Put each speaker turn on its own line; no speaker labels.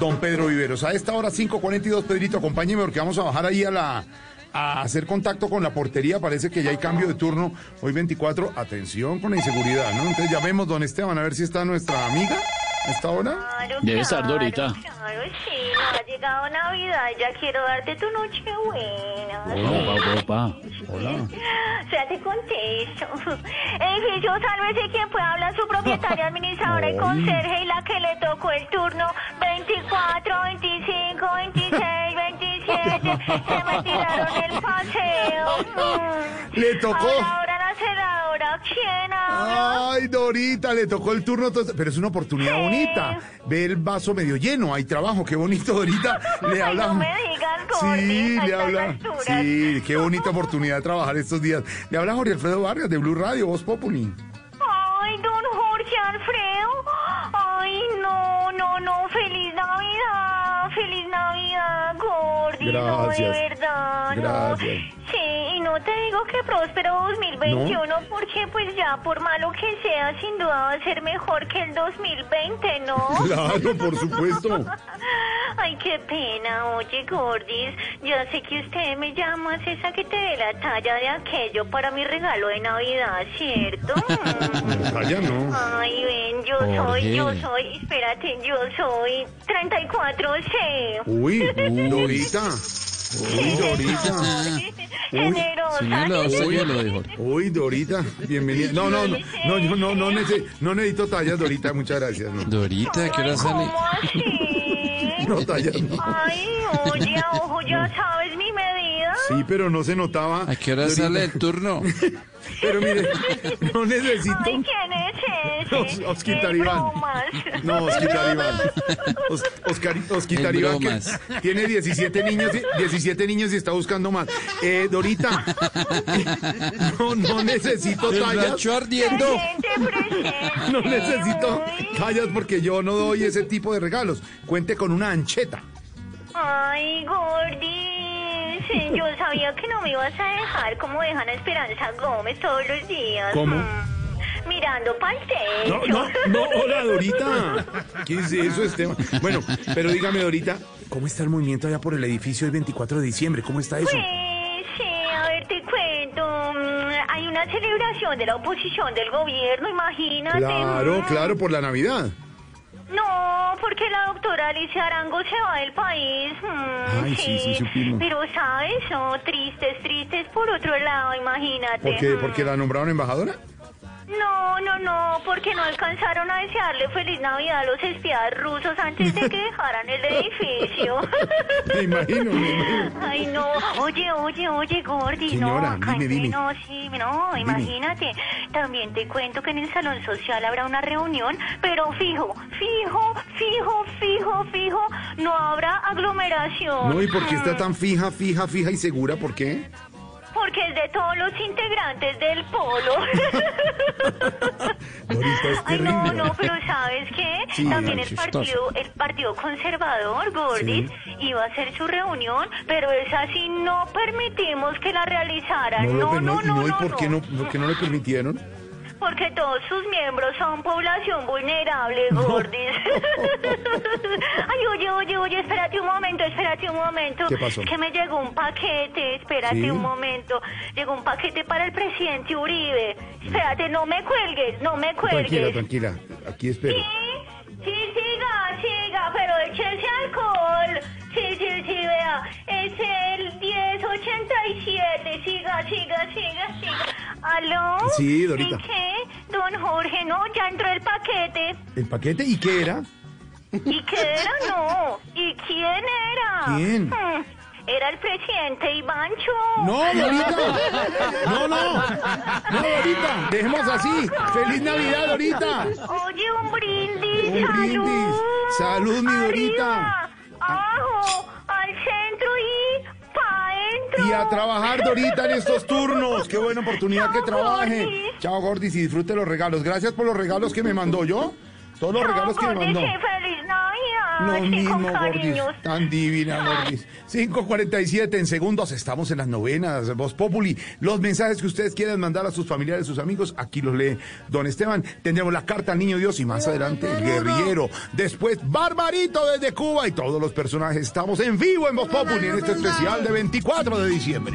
don Pedro Viveros. A esta hora 5.42, Pedrito, acompáñeme porque vamos a bajar ahí a la a hacer contacto con la portería. Parece que ya hay cambio de turno. Hoy 24, atención con la inseguridad, ¿no? Entonces llamemos, don Esteban, a ver si está nuestra amiga a esta hora.
Claro,
Debe estar
claro,
Dorita.
Claro, sí, no ha llegado Navidad, ya quiero darte tu noche buena.
Opa, opa. Hola.
O sea, te contesto. Edificio, sálvese quien pueda hablar, su propietaria, administradora y conserje, y la que le tocó el turno 24, 25, 26, 27. Se me tiraron el paseo. Mm.
Le tocó.
Ahora, ahora la celadora, ¿quién habla?
Ay, Dorita, le tocó el turno, entonces- pero es una oportunidad
Sí.
bonita. Ve el vaso medio lleno, hay trabajo, qué bonito, Dorita. Le
Ay,
habla.
no me digas,
Sí,
Gordi, a
le
estas
habla.
alturas.
Sí, qué bonita oportunidad de trabajar estos días. Le habla Jorge Alfredo Vargas de Blue Radio, Voz Populi.
Ay, don Jorge Alfredo. Ay, no, no, no. Feliz Navidad. Feliz Navidad, Gordy. No,
Gracias.
de verdad. no.
Gracias.
Sí, y no te digo que próspero 2021, porque pues ya, por malo que sea, sin duda va a ser mejor que el 2020, ¿no?
Claro, por supuesto.
Ay, qué pena, oye, Gordis. Ya sé que usted me llama, es esa que te dé la talla de aquello para mi regalo de Navidad, ¿cierto?
Vaya, no.
Ay, ven, yo soy, yo
Jorge.
soy, espérate, yo soy 34C.
Uy, Dorita. Uy, Dorita.
Generosa.
Señala, señala, dijo.
Uy, Dorita, bienvenida. No, no, no, no, yo no, no, nece- no necesito tallas, Dorita, muchas gracias. No,
Dorita, ¿qué hora
Ay,
sale?
¿Cómo así?
no tallas, no.
Ay, oye, a ojo, ya sabes mi medida.
Sí, pero no se notaba.
¿A qué hora
Dorita.
sale el turno?
Pero mire, no necesito.
Ay, ¿quién es ese?
Os- Oscar
Qué
Taribán.
bromas.
No, Osquita Iván. Os, Oscar, Osquita
En
Iván, que
bromas.
tiene 17 niños, y- 17 niños y está buscando más. Eh, Dorita, no, no necesito
El
tallas.
rancho ardiendo.
Presente, presente.
No necesito
Uy.
tallas porque yo no doy ese tipo de regalos. Cuente con una ancheta.
Ay, Gordis, yo sabía que no me ibas a dejar como dejan a Esperanza Gómez todos los días.
¿Cómo?
Mm, Mirando para el techo.
No, no, no, hola Dorita. ¿Qué es eso, Esteban? Bueno, pero dígame Dorita, ¿cómo está el movimiento allá por el edificio el 24 de diciembre? ¿Cómo está eso?
Pues, sí, a ver, te cuento. mm, Hay una celebración de la oposición del gobierno, imagínate.
Claro,
mm.
claro, por la Navidad.
No, porque la doctora Alicia Arango se va del país. mm,
Ay, sí, sí, supimos.
Pero, ¿sabes? No, tristes, tristes por otro lado, imagínate.
¿Por qué?
mm.
¿Porque la nombraron embajadora?
No, no, no, porque no alcanzaron a desearle feliz Navidad a los espías rusos antes de que dejaran el edificio.
Me imagino, me imagino.
Ay, no. Oye, oye, oye, Gordy,
Señora,
no, Jaime,
dime, dime.
no, sí, no, imagínate. También te cuento que en el salón social habrá una reunión, pero fijo, fijo, fijo, fijo, fijo, no habrá aglomeración.
No, ¿y por qué
Mm.
está tan fija, fija, fija y segura? ¿Por qué?
Porque es de todos los integrantes del polo.
Dorita, es
Ay, no,
terrible.
no, pero ¿sabes qué?
Sí,
También
ay,
el partido, el partido conservador, Gordis, iba a hacer su reunión, pero es así, no permitimos que la realizaran.
lo
No,
per-
no, no,
y ¿y por qué no, por qué no le permitieron?
Porque todos sus miembros son población vulnerable, Gordis. Ay, oye, oye, oye, espérate un momento, espérate un momento.
¿Qué pasó?
Es que me llegó un paquete, espérate
Sí.
un momento. Llegó un paquete para el presidente Uribe. Espérate, no me cuelgues, no me cuelgues.
Tranquila, tranquila, aquí espero.
Sí, sí, siga, siga, pero échese alcohol. Sí, sí, sí, vea, es el 1087. Siga, siga, siga, siga. ¿Aló?
Sí, Dorita.
¿Y qué? Don Jorge, no, ya entró el paquete.
¿El paquete? ¿Y qué era?
¿Y qué era? No. ¿Y quién era?
¿Quién?
Mm, Era el presidente Ivancho.
No, Dorita. No, no. No, Dorita. Dejemos así. Feliz Navidad, Dorita.
Oye, un brindis,
Un
salud.
brindis. Salud, mi Dorita.
Arriba, abajo, al centro y pa' adentro.
Y a trabajar, Dorita, en estos turnos. Qué buena oportunidad que
Chao,
trabaje.
Gordis.
Chao, Gordis, y disfrute los regalos. Gracias por los regalos que me mandó yo. Todos los regalos que me
Gordi,
mandó.
sí, feliz Navidad.
Lo
sí, con
mismo, Gordis.
cariños.
Tan divina, Gordis. 5.47 en segundos. Estamos en las novenas. Voz Populi. Los mensajes que ustedes quieran mandar a sus familiares, sus amigos, aquí los lee Don Esteban. Tendremos la carta al niño Dios y más adelante el guerrillero. Después Barbarito desde Cuba y todos los personajes. Estamos en vivo en Voz Populi en este especial de 24 de diciembre.